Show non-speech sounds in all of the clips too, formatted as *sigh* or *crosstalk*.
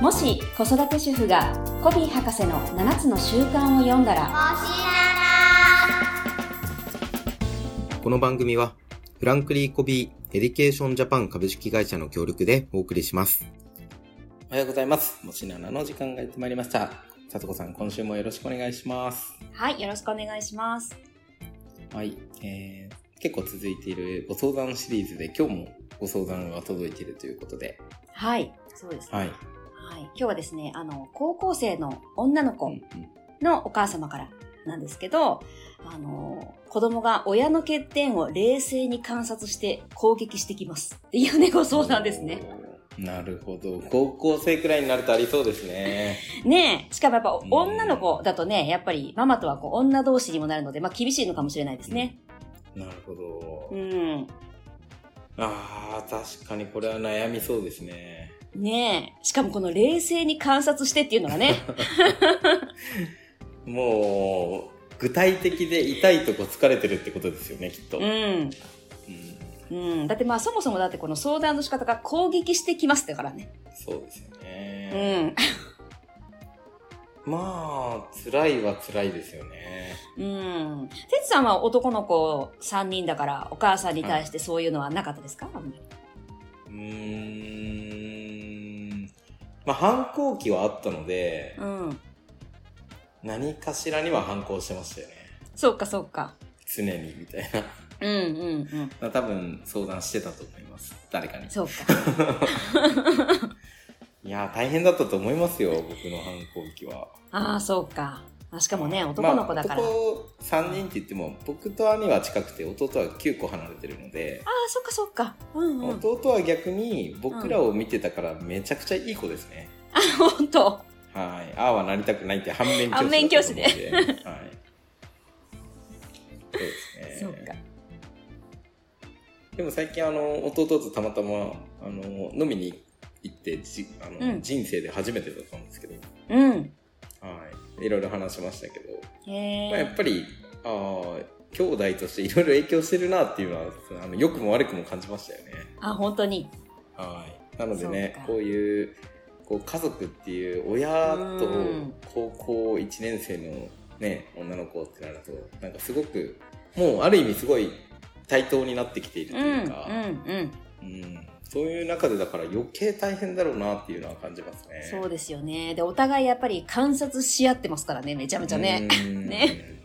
もし子育て主婦がコビー博士の7つの習慣を読んだらこの番組は、フランクリー・コビー・エディケーション・ジャパン株式会社の協力でお送りします。おはようございます。もしななの時間がやってまいりました。さとこさん、今週もよろしくお願いします。はいよろしくお願いしますはい。えー、結構続いているご相談シリーズで、今日もご相談が届いているということで。はいそうですねはい。はい、今日はですねあの高校生の女の子のお母様からなんですけどあの子供が親の欠点を冷静に観察して攻撃してきますっていうねご相談ですね。なるほど。高校生くらいになるとありそうですね。ねえしかもやっぱうん女の子だとねやっぱりママとはこう女同士にもなるので、まあ、厳しいのかもしれないですねなるほど。うんあー、確かにこれは悩みそうですね。ねえしかもこの冷静に観察してっていうのがねもう、具体的で痛いとこ疲れてるってことですよね、きっと。うんうんうん、だってまあそもそもだってこの相談の仕方が攻撃してきますだからね。そうですようね。ん。まあ、辛いは辛いですよね。うん。てつさんは男の子3人だから、お母さんに対してそういうのはなかったですか、あんまりうーん。まあ、反抗期はあったので、うん。何かしらには反抗してましたよね。そうか、そうか。常に、みたいな。 *laughs* うん、うん、うん。まあ多分、相談してたと思います。誰かに。そうか。いやー、大変だったと思いますよ、僕の反抗期は。ああ、そうか。あしかもね、男の子だから。まああ男3人って言っても僕と兄は近くて弟は9個離れてるのであ、そっか、そっか。うん、うん。弟は逆に僕らを見てたからめちゃくちゃいい子ですね、あ、本当。はいああはなりたくないって反面教師反面教師でだと思うんではいそうですそねうか。でも最近あの弟とたまたまあの飲みに行ってじあの、うん人生で初めてだったんですけどうん。はいいろいろ話しましたけどへまあ、やっえ。ぱりあー兄弟としていろいろ影響してるなっていうのはあの良くも悪くも感じましたよね。あ、本当に。はい、なのでそうねかこういうこう家族っていう親とうん高校1年生の、ね、女の子ってなるとなんかすごくもうある意味すごい対等になってきているうとん、うん、ういうか、ん。うんそういう中でだから余計大変だろうなっていうのは感じますね。そうですよね。で、お互いやっぱり観察し合ってますからね、めちゃめちゃね。うーんね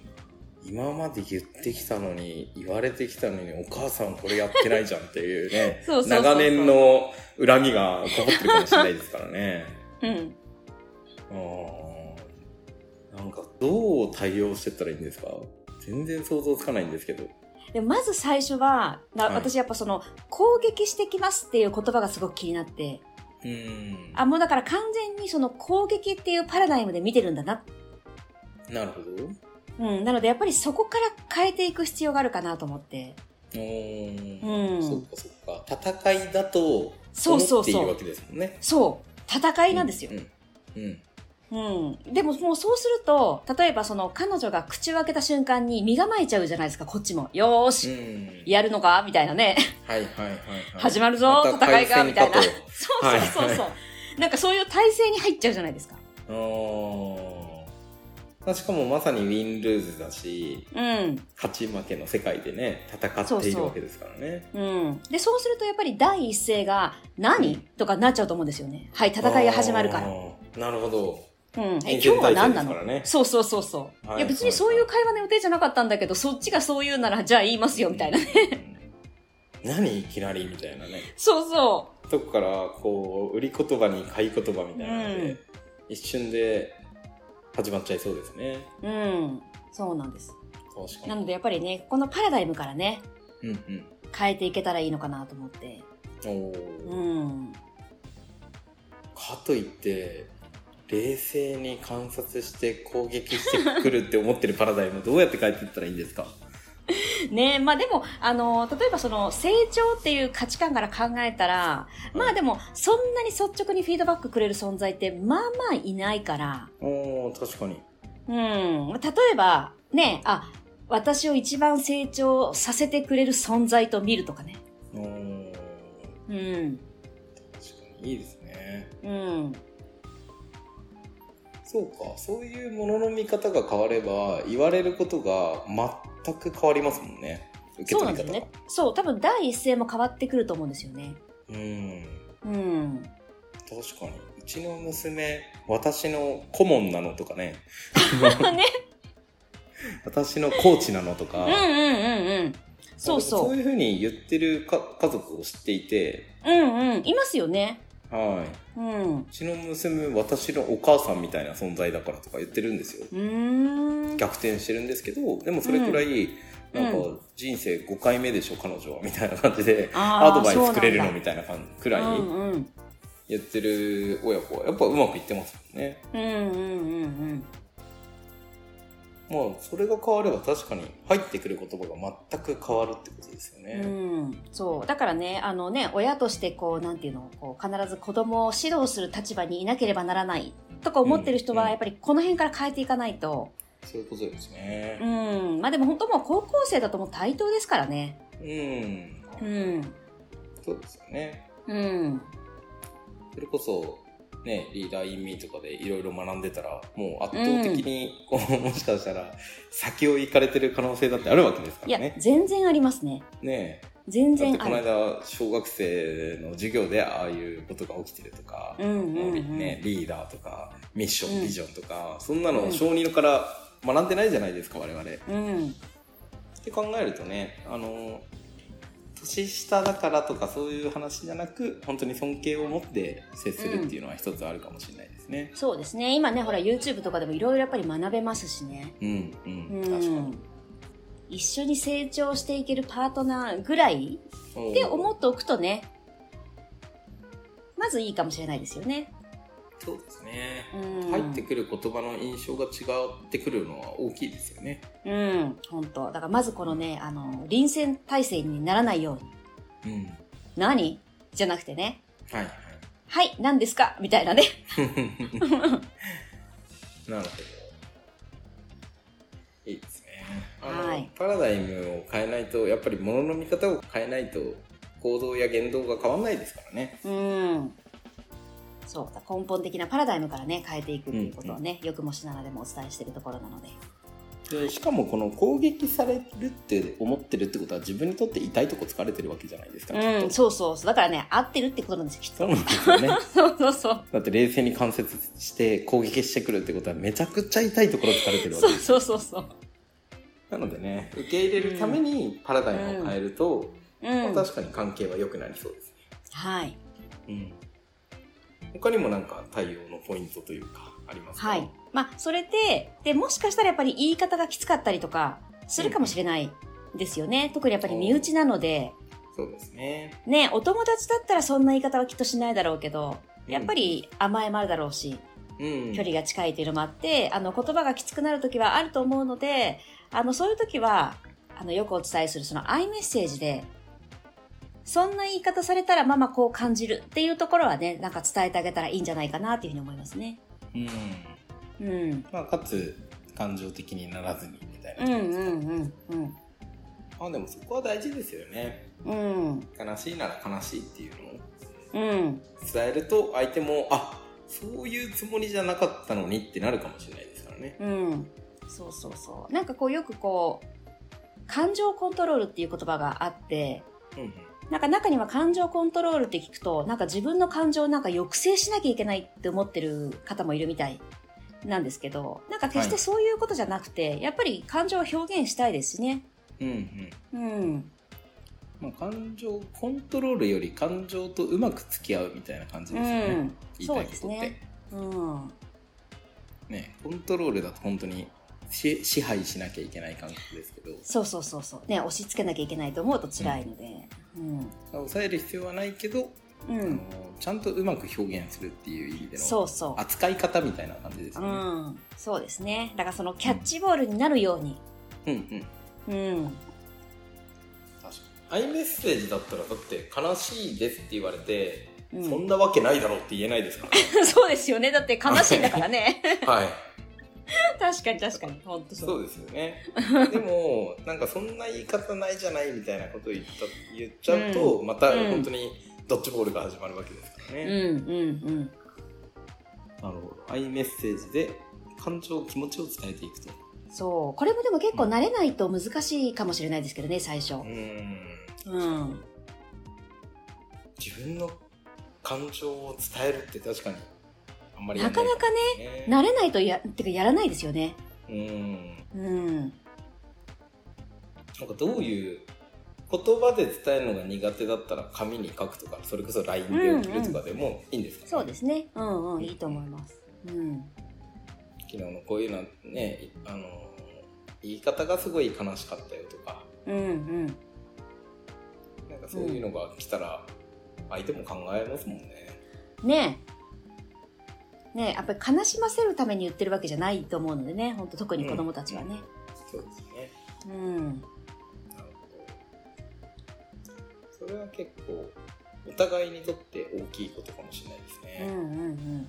今まで言ってきたのに言われてきたのにお母さんこれやってないじゃんっていうね *laughs* そうそうそうそう長年の恨みがこもってるかもしれないですから *laughs* ねうん。うーんなんかどう対応してったらいいんですか全然想像つかないんですけどでまず最初は、なはい私やっぱその攻撃してきますっていう言葉がすごく気になってうんあもうだから完全にその攻撃っていうパラダイムで見てるんだな、なるほどうん、なのでやっぱりそこから変えていく必要があるかなと思って、うーんうん、そっかそっか戦いだとそう思そっうていそるわうけですもんねそう戦いなんですよ、うん、うんうんでももうそうすると例えばその彼女が口を開けた瞬間に身構えちゃうじゃないですかこっちもよーし、うんやるのかみたいなねはいはいはい、はい、始まるぞた戦いが回戦かとみたいなそうそうそうそう、はいはなんかそういう体勢に入っちゃうじゃないですかうーんまあしかもまさにウィン・ルーズだしうん勝ち負けの世界でね戦っているわけですからねうん、でそうするとやっぱり第一声が何とかなっちゃうと思うんですよね。はい、戦いが始まるから。あーなるほどうん、え遠今日は征対戦何でなすかのらねそうそうそうそう。はいいや別にそういう会話の予定じゃなかったんだけど、そっちがそう言うならじゃあ言いますよみたいな。 *laughs* うん何いきなりみたいなねそうそそこからこう売り言葉に買い言葉みたいなので、うん一瞬で始まっちゃいそうですねう。うん、そうなんです。確かなにのでやっぱりね、このパラダイムからね、うん変えていけたらいいのかなと思って。うんおーうん。かといって冷静に観察して攻撃してくるって思ってるパラダイムどうやって変えていったらいいんですかねまあでも、あの、例えばその成長っていう価値観から考えたら、まあでも、そんなに率直にフィードバックくれる存在って、まあまあいないから、おー確かにうん、例えば、ね、あ、私を一番成長させてくれる存在と見るとかね。おーうん。確かにいいですねうん。そうかそういうものの見方が変われば言われることが全く変わりますもんね受けそう取なんですり方がよね。そう、多分第一声も変わってくると思うんですよね。うんうん。確かにうちの娘私の顧問なのとか *laughs* ねね *laughs* 私のコーチなのとうか、んうんうんうん。そうそそうう。いうふうに言ってるか家族を知っていてうんうん。いますよね。はいうん。ううちの娘私のお母さんみたいな存在だからとか言ってるんですよーん。逆転してるんですけどでもそれくらい、うんなんうか人生5回目でしょ彼女はみたいな感じであアドバイスくれるのみみたいな感じくたらいうんうん。言ってる親子はやっぱうまくいってますもんねうんうんうんまあそれが変われば確かに入ってくる言葉が全く変わるってことですようん。ね、うん。そう。だからね、あのね、親としてこう、なんていうの、こう、必ず子供を指導する立場にいなければならない。とか思ってる人うんうは、んやっぱりこの辺から変えていかないと。そういうことですねうん。まあでも本当もう高校生だともう対等ですからね。うん、うん。そうですよねうん。それこそねリーダーインミーとかでいろいろ学んでたらもう圧倒的に、こうもしかしたら先を行かれてる可能性だってあるわけですかいやら、ね全然ありますね。ねえ全だって然あこのる。間小学生の授業でああいうことが起きてるとか、うんうんうん。ね、リーダーとかミッション、うんビジョンとかそんなのうん小児のから学んでないじゃないですか我々。っうん。て考えるとねあの年下だからとかそういう話じゃなく本当に尊敬を持って接するっていうのは一つあるかもしれないですね。そうですね。今ね、ほら YouTube とかでもいろいろやっぱり学べますしね。うん、う、うん確かにん。一緒に成長していけるパートナーぐらいおーって思っておくとね、まずいいかもしれないですよね。そうですね。うん。入ってくる言葉の印象が違ってくるのは大きいですよね。うん。本当だからまずこのね、あの、臨戦体制にならないように。うん、は何じゃなくてね。い、 *laughs* はい。はい、何ですかみたいなね。なるほど。いいですね。あのはいパラダイムを変えないと、やっぱり物の見方を変えないと、行動や言動が変わらないですからね。うん。そうだ根本的なパラダイムからね変えていくっていうことをね、よくもしながらでもお伝えしているところなのででしかも、この攻撃されるって思ってるってことは、自分にとって痛いとこ疲れてるわけじゃないですか。きうっんとそうそうそうだからね合ってるってことなんですよきっと *laughs* そうなんですよね。そうそうそうだって冷静に観察して攻撃してくるってことはめちゃくちゃ痛いところ疲れてるわそけうですそうそうそうなのでね受け入れるためにパラダイムを変えると、うんまあ確かに関係は良くなりそうですはいうん、他にもなんか対応のポイントというかありますかはいまあそれででもしかしたらやっぱり言い方がきつかったりとかするかもしれないですよね、特にやっぱり身内なのでそうですねねお友達だったらそんな言い方はきっとしないだろうけどやっぱ、り甘えもあるだろうし、うん、距離が近いというのもあって、あの、言葉がきつくなる時はあると思うので、あの、そういう時は、あの、よくお伝えするそのアイメッセージで、そんな言い方されたらママこう感じるっていうところはね、なんか伝えてあげたらいいんじゃないかなっていうふうに思いますね。うんうん。まあ、かつ感情的にならずにみたいなうとんこうろですか、んうんまあでもそこは大事ですよねうん。うん。悲しいなら悲しいっていうのをうん。伝えると相手もあそういうつもりじゃなかったのにってなるかもしれないですからねうん。そうそうそう。なんかこうよくこう、感情コントロールっていう言葉があって、うんうんなんか中には感情コントロールって聞くと、なんか自分の感情をなんか抑制しなきゃいけないって思ってる方もいるみたいなんですけど、なんか決しはていそういうことじゃなくて、やっぱり感情を表現したいですしね。うんうんうん。まあ、感情コントロールより感情とうまく付き合うみたいな感じうですよん。ね、言いたいことってそうですねうん。ねコントロールだと本当にし支配しなきゃいけない感覚ですけどそうそうそうそう。ね、押し付けなきゃいけないと思うと辛いので。うん。抑える必要はないけど、うん。あのちゃんとうまく表現するっていう意味でそのうそ扱い方みたいな感じですう。うよね、ん。そうですね。だからそのキャッチボールになるように。うん、うんうん。確かにアイメッセージだったらだって「悲しいです」って言われて、うそんん、なわけないだろうって言えないですから、ね、 *laughs* そうですよね。だって悲しいんだからね。はい *laughs* 確かに確かに。本当そうそうですよねでもなんかそんな言い方ないじゃないみたいなことを言った言っちゃうと、またうん本当にドッジボールが始まるわけですからね、うんうんうん。なるほど。アイメッセージで感情、気持ちを伝えていくと。そう。これもでも結構慣れないと難しいかもしれないですけどね、最初。うん。うん。自分の感情を伝えるって確かに、あんまりなかなかね、ね慣れないとや、てかやらないですよね。うん。うん。なんかどういう言葉で伝えるのが苦手だったら紙に書くとか、それこそ LINE で送るとかでもいいんですか、。そうですすね。うんうん、いいと思います。うん。昨日のこういうのはね、いあのー、言い方がすごい悲しかったよとか、うんうん。なんかそういうのが来たら、相手も考えますもんね。ねえ。ねえ、やっぱり悲しませるために言ってるわけじゃないと思うのでね、本当特に子供たちはね。そうですね。うん。なるほど。それは結構、お互いにとって大きいことかもしれないでうすんうね。んうん。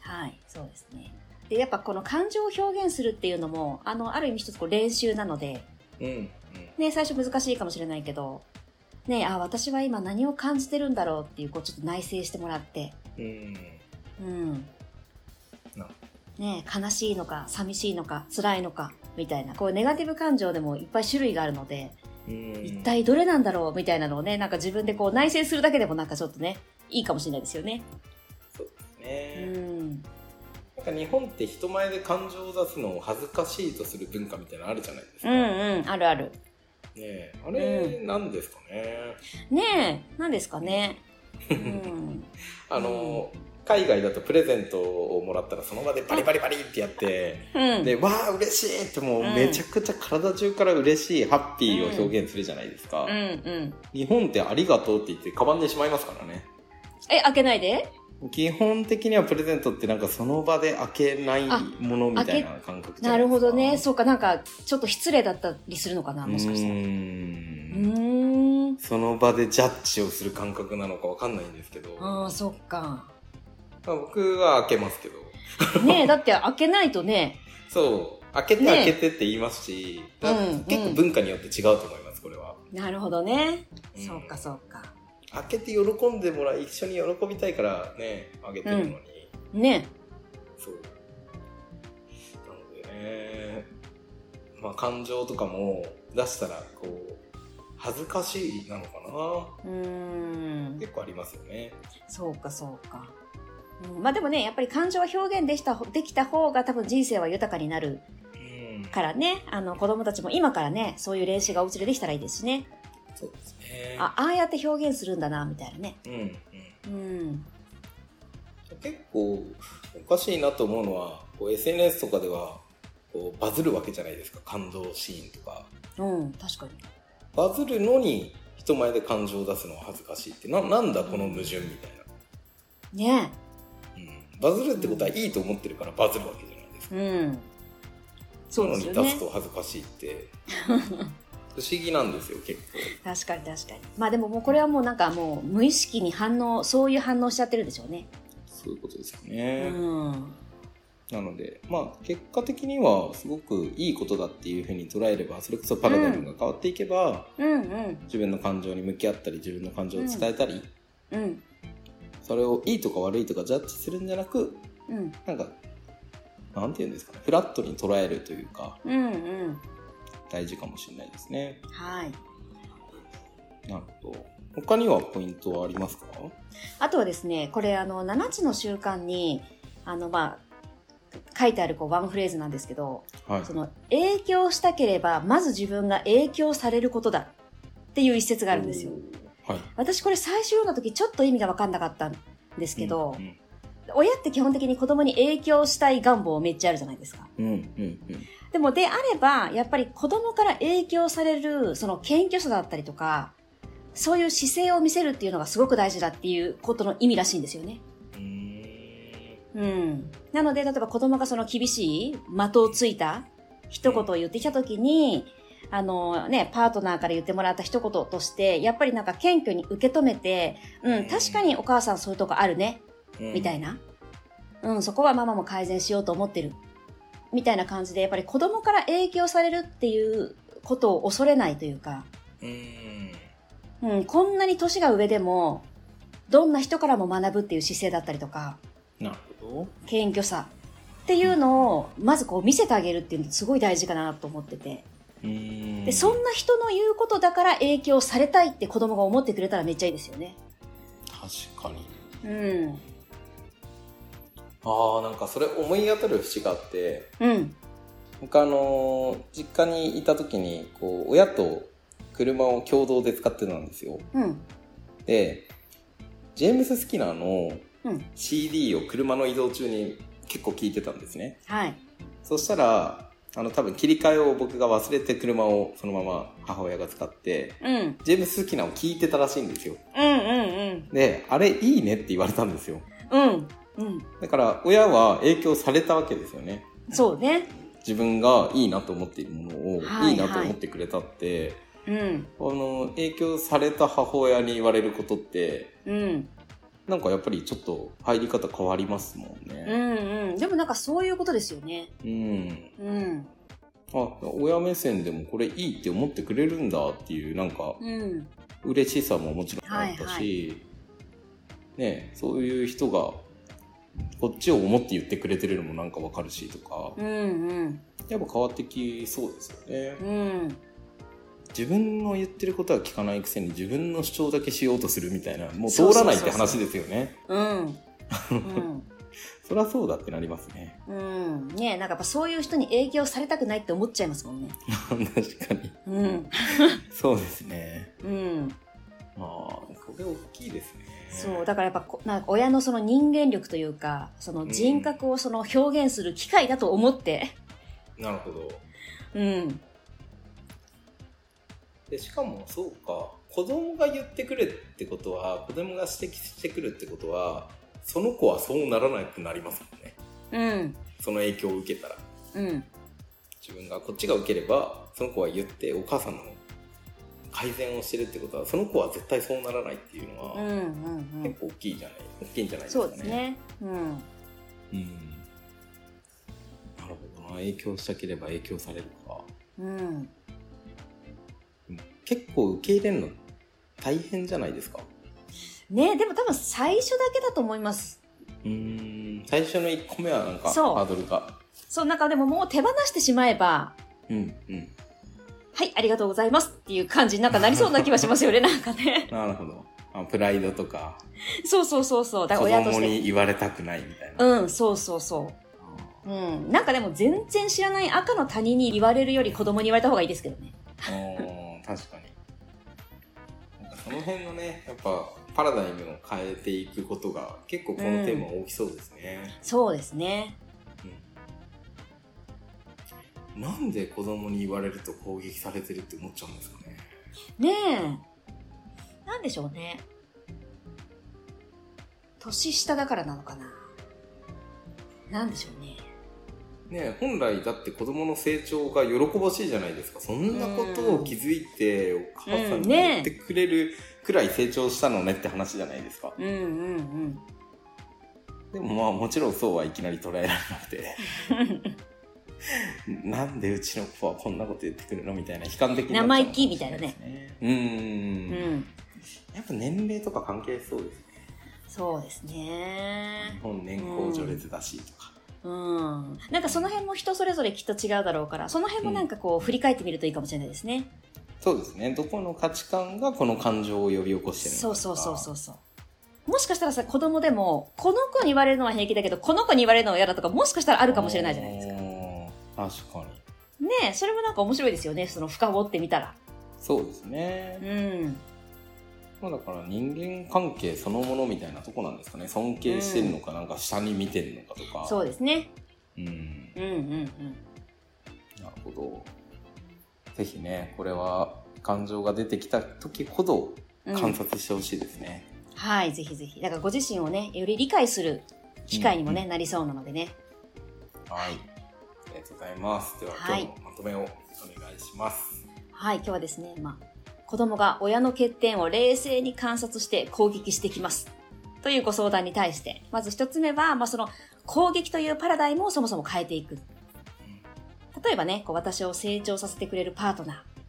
はい、そうですね。で、やっぱこの感情を表現するっていうのも、あの、ある意味一つこう練習なので、うん。うん。ね、最初難しいかもしれないけど、ねえ、あ、私は今何を感じてるんだろうっていう、こうちょっと内省してもらって、うん。うんな。ねえ、悲しいのか、寂しいのか、辛いのか、みたいな、こうネガティブ感情でもいっぱい種類があるので、うん一体どれなんだろうみたいなのをね、なんか自分でこう内省するだけでもなんかちょっとね、いいかもしれないですよね。そうですうね。ん。なんか日本って人前で感情を出すのを恥ずかしいとする文化みたいなのあるじゃないですうか。んねうん、あるある。えあれ、なんですかね。ねえ、何ですかね。うん。あの、海外だとプレゼントをもらったらその場でバリバリバリってやって、うん。で、わあ、嬉しいってもううんめちゃくちゃ体中から嬉しい、ハッピーを表現するじゃないですか。うんうん。日本ってありがとうって言って、カバンでしまいますからね。え、開けないで基本的にはプレゼントってなんかその場で開けないものみたいな感覚じゃないでるすかほどね。そうか、なんか、ちょっと失礼だったりするのかな、もしかしたら。ううーーんん。その場でジャッジをする感覚なのかわかんないんですけど、ああ、そっ *laughs* か。まあ僕は開けますけどねえ、だって開けないとね。そう開けてね開けてって言いますし、だからうん結構文化によって違うと思いますこれは、なるほどね。んそうか、そうか。開けて喜んでもらい一緒に喜びたいからね開けてるのに、ねそうなのでねまあ感情とかも出したらこう恥ずかしいなのかえ。うーんな。結構ありますよねそうか、そうか。うん、まあでもね、やっぱり感情を表現できた、できた方が多分人生は豊かになるうんからね、あの子供たちも今からね、そういう練習がお家でできたらいいですしね。そうですねあ、ああやって表現するんだな、みたいなね。うんうんうん。結構おかしいなと思うのはこう SNS とかではこうバズるわけじゃないですか感動シーンとかうん、確かに。バズるのに人前で感情を出すのは恥ずかしいってななんだこの矛盾みたいねな、うん、バズるってことはいいと思ってるからバズるわけじゃないですか、え。うん。そうですよなのに出すね。と恥ずかしいって *laughs* 不思議なんですよ結構確かに確かに。まあでももうこれはもうなんかもう無意識に反応、そういう反応しちゃってるんでしょうね。そういうことですようね、ん。なのでまあ結果的にはすごくいいことだっていうふうに捉えればそれこそパラダイムが変わっていけば、うんうん。自分の感情に向き合ったり自分の感情を伝えたり、うん。それをいいとか悪いとかジャッジするんじゃなくうん。なんかなんて言うんですかねフラットに捉えるというかうんうん。大事かもしれないですねはい。なるほど他にはポイントはありますかあとはですね、これあの、7つの習慣に、あの、まあ、書いてあるこうワンフレーズなんですけど、はいその影響したければまず自分が影響されることだっていう一節があるんですよ。はい私これ最初読んだ時ちょっと意味が分かんなかったんですけど、うん親って基本的に子供に影響したい願望めっちゃあるじゃないですか。うんうんうんでもであればやっぱり子供から影響されるその謙虚さだったりとかそういう姿勢を見せるっていうのがすごく大事だっていうことの意味らしいんですよね。うーんうん。なので、例えば子供がその厳しい、的をついた一言を言ってきたときに、あのね、パートナーから言ってもらった一言として、やっぱりなんか謙虚に受け止めて、うん、確かにお母さんそういうとこあるね、みたいな。うん、そこはママも改善しようと思ってる。みたいな感じで、やっぱり子供から影響されるっていうことを恐れないというか、うーんうん、こんなに年が上でも、どんな人からも学ぶっていう姿勢だったりとか、なるほど。謙虚さっていうのを、まずこう見せてあげるっていうのすごい大事かなと思ってて。でで、そんな人の言うことだから影響されたいって子供が思ってくれたらめっちゃいいですよね。確かに。うん。ああ、なんかそれ思い当たる節があって、うん。僕あのー実家にいた時に、こう、親と車を共同で使ってたんですよ。うん。で、ジェームス・スキナーのうん CD を車の移動中に結構聞いてたんですね。はい。そしたら、あの多分切り替えを僕が忘れて車をそのまま母親が使って、うん。うんジェームス・スキナーを聞いてたらしいんですよ。うんで、あれいいねって言われたんですよ。うん。うん。うん。だから親は影響されたわけですよね。そうね。自分がいいなと思っているものを、はいはいいいなと思ってくれたって、うん。あの、影響された母親に言われることって、うん。なんかやっぱりちょっと入り方変わりますもんうね。んうん。でもなんかそういうことですよね。うん。うん。あ、親目線でもこれいいって思ってくれるんだっていう、なんかうん。嬉しさももちろんあったし、はいはね、そういう人がこっちを思って言ってくれてるのもなんかわかるしとか、うんうん。やっぱ変わってきそうですよね。うん。自分の言ってることは聞かないくせに自分の主張だけしようとするみたいなもう通らないって話ですよねうん。うん。そりゃそうだってなりますねうん。ねえ、なんかやっぱそういう人に影響されたくないって思っちゃいますもんね。確かにうん。そうですねうん。ああこれ大きいですねそう。だからやっぱこ、なんか親のその人間力というか、その人格をその表現する機会だと思って。なるほどうん。でしかもそうか子供が言ってくるってことは子供が指摘してくるってことはその子はそうならなくなりますもんねうん。その影響を受けたらうん。自分がこっちが受ければその子は言ってお母さんの改善をしてるってことはその子は絶対そうならないっていうのは、うん。うん。うん結。構大きいじゃない大きいんじゃないですかそねうですね。うん。うんなるほどな影響したければ影響されるかうん。結構受け入れるの大変じゃないですかねえ、でも多分最初だけだと思います。うん最初の1個目はなんかそうハードルがそう、なんかでももう手放してしまえば、うんうんはい、ありがとうございますっていう感じになんかなりそうな気はしますよ *laughs* ね、なんかね。なるほどあプライドとかそうそうそうそう。だ子から親とし供て。に言われたくないみたいな、うん、そうそうそう。うん。なんかでも全然知らない赤の他人に言われるより子供に言われた方がいいですけどね。おー確かになんかその辺のねやっぱパラダイムを変えていくことが結構このテーマ大きそうですね、そうですね。うんなんで子供に言われると攻撃されてるって思っちゃうんですかねねえ。なんでしょうね。年下だからなのかな。なんでしょうね。ねえ本来だって子供の成長が喜ばしいじゃないですかそんなことを気づいてお母さんに言ってくれるくらい成長したのねって話じゃないですかうんうんでもまあもちろんそうはいきなり捉えられなくてなんでうちの子はこんなこと言ってくるのみたいな悲観的になっちゃうのかも生意気みたいなねしれないですねう。うんうんん。やっぱ年齢とか関係そうですねそうですね日。本年功序列だしとか、うん。なんかその辺も人それぞれきっと違うだろうから、その辺もなんかこう振り返ってみるといいかもしれないですね。そうですねどこの価値観がこの感情を呼び起こしてるのかそうそうそうそううそう。もしかしたらさ、子供でも、この子に言われるのは平気だけど、この子に言われるのは嫌だとか、もしかしたらああるかもしれないじゃないですか。すか確かにねえ、それもなんか面白いですよね、その深掘ってみたら。そうですねう、ん。まあ、だから人間関係そのものみたいなとこなんですかね尊敬してるのかなんか下に見てるのかとか、そうですね。うんうんうんなるほど。ぜひね、これは感情が出てきた時ほどうん。う観ん、察してほしいですね。はい、ぜひぜひ。だからご自身をね、より理解する機会にもね、なりそうなのでね。はい。ありがとうございます。では、はい今日のまとめをお願いします。はい、今日はですね、まあ、子供が親の欠点を冷静に観察して攻撃してきます。というご相談に対して、まず一つ目は、まあその攻撃というパラダイムをそもそも変えていく。例えばね、こう私を成長させてくれるパートナー、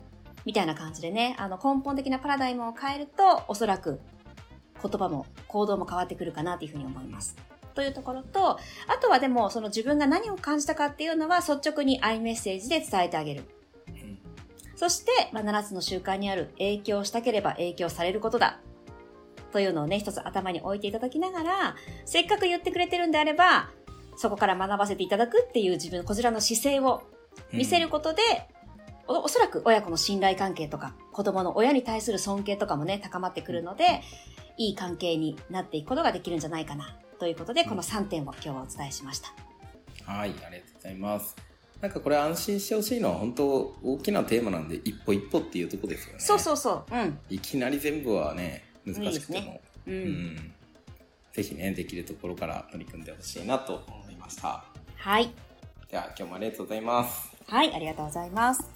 みたいな感じでね、あの根本的なパラダイムを変えると、おそらく言葉も行動も変わってくるかなというふうに思います。というところと、あとはでも、その自分が何を感じたかっていうのは率直にアイメッセージで伝えてあげる。そして、まあ、7つの習慣にある影響したければ影響されることだ。というのをね、一つ頭に置いていただきながら、せっかく言ってくれてるんであれば、そこから学ばせていただくっていう自分、こちらの姿勢を見せることで、おおそらく親子の信頼関係とか、子供の親に対する尊敬とかもね、高まってくるので、いい関係になっていくことができるんじゃないかな。ということで、この3点を今日はお伝えしました。はい、ありがとうございます。なんかこれ安心してほしいのは本当大きなテーマなんで一歩一歩っていうとこですよね。そうそうそう。うん。いきなり全部はね、難しくて無理ですも。う。うんん。ぜひね、できるところから取り組んでほしいなと思いました。はい。では今日もありがとうございます。はい、ありがとうございます。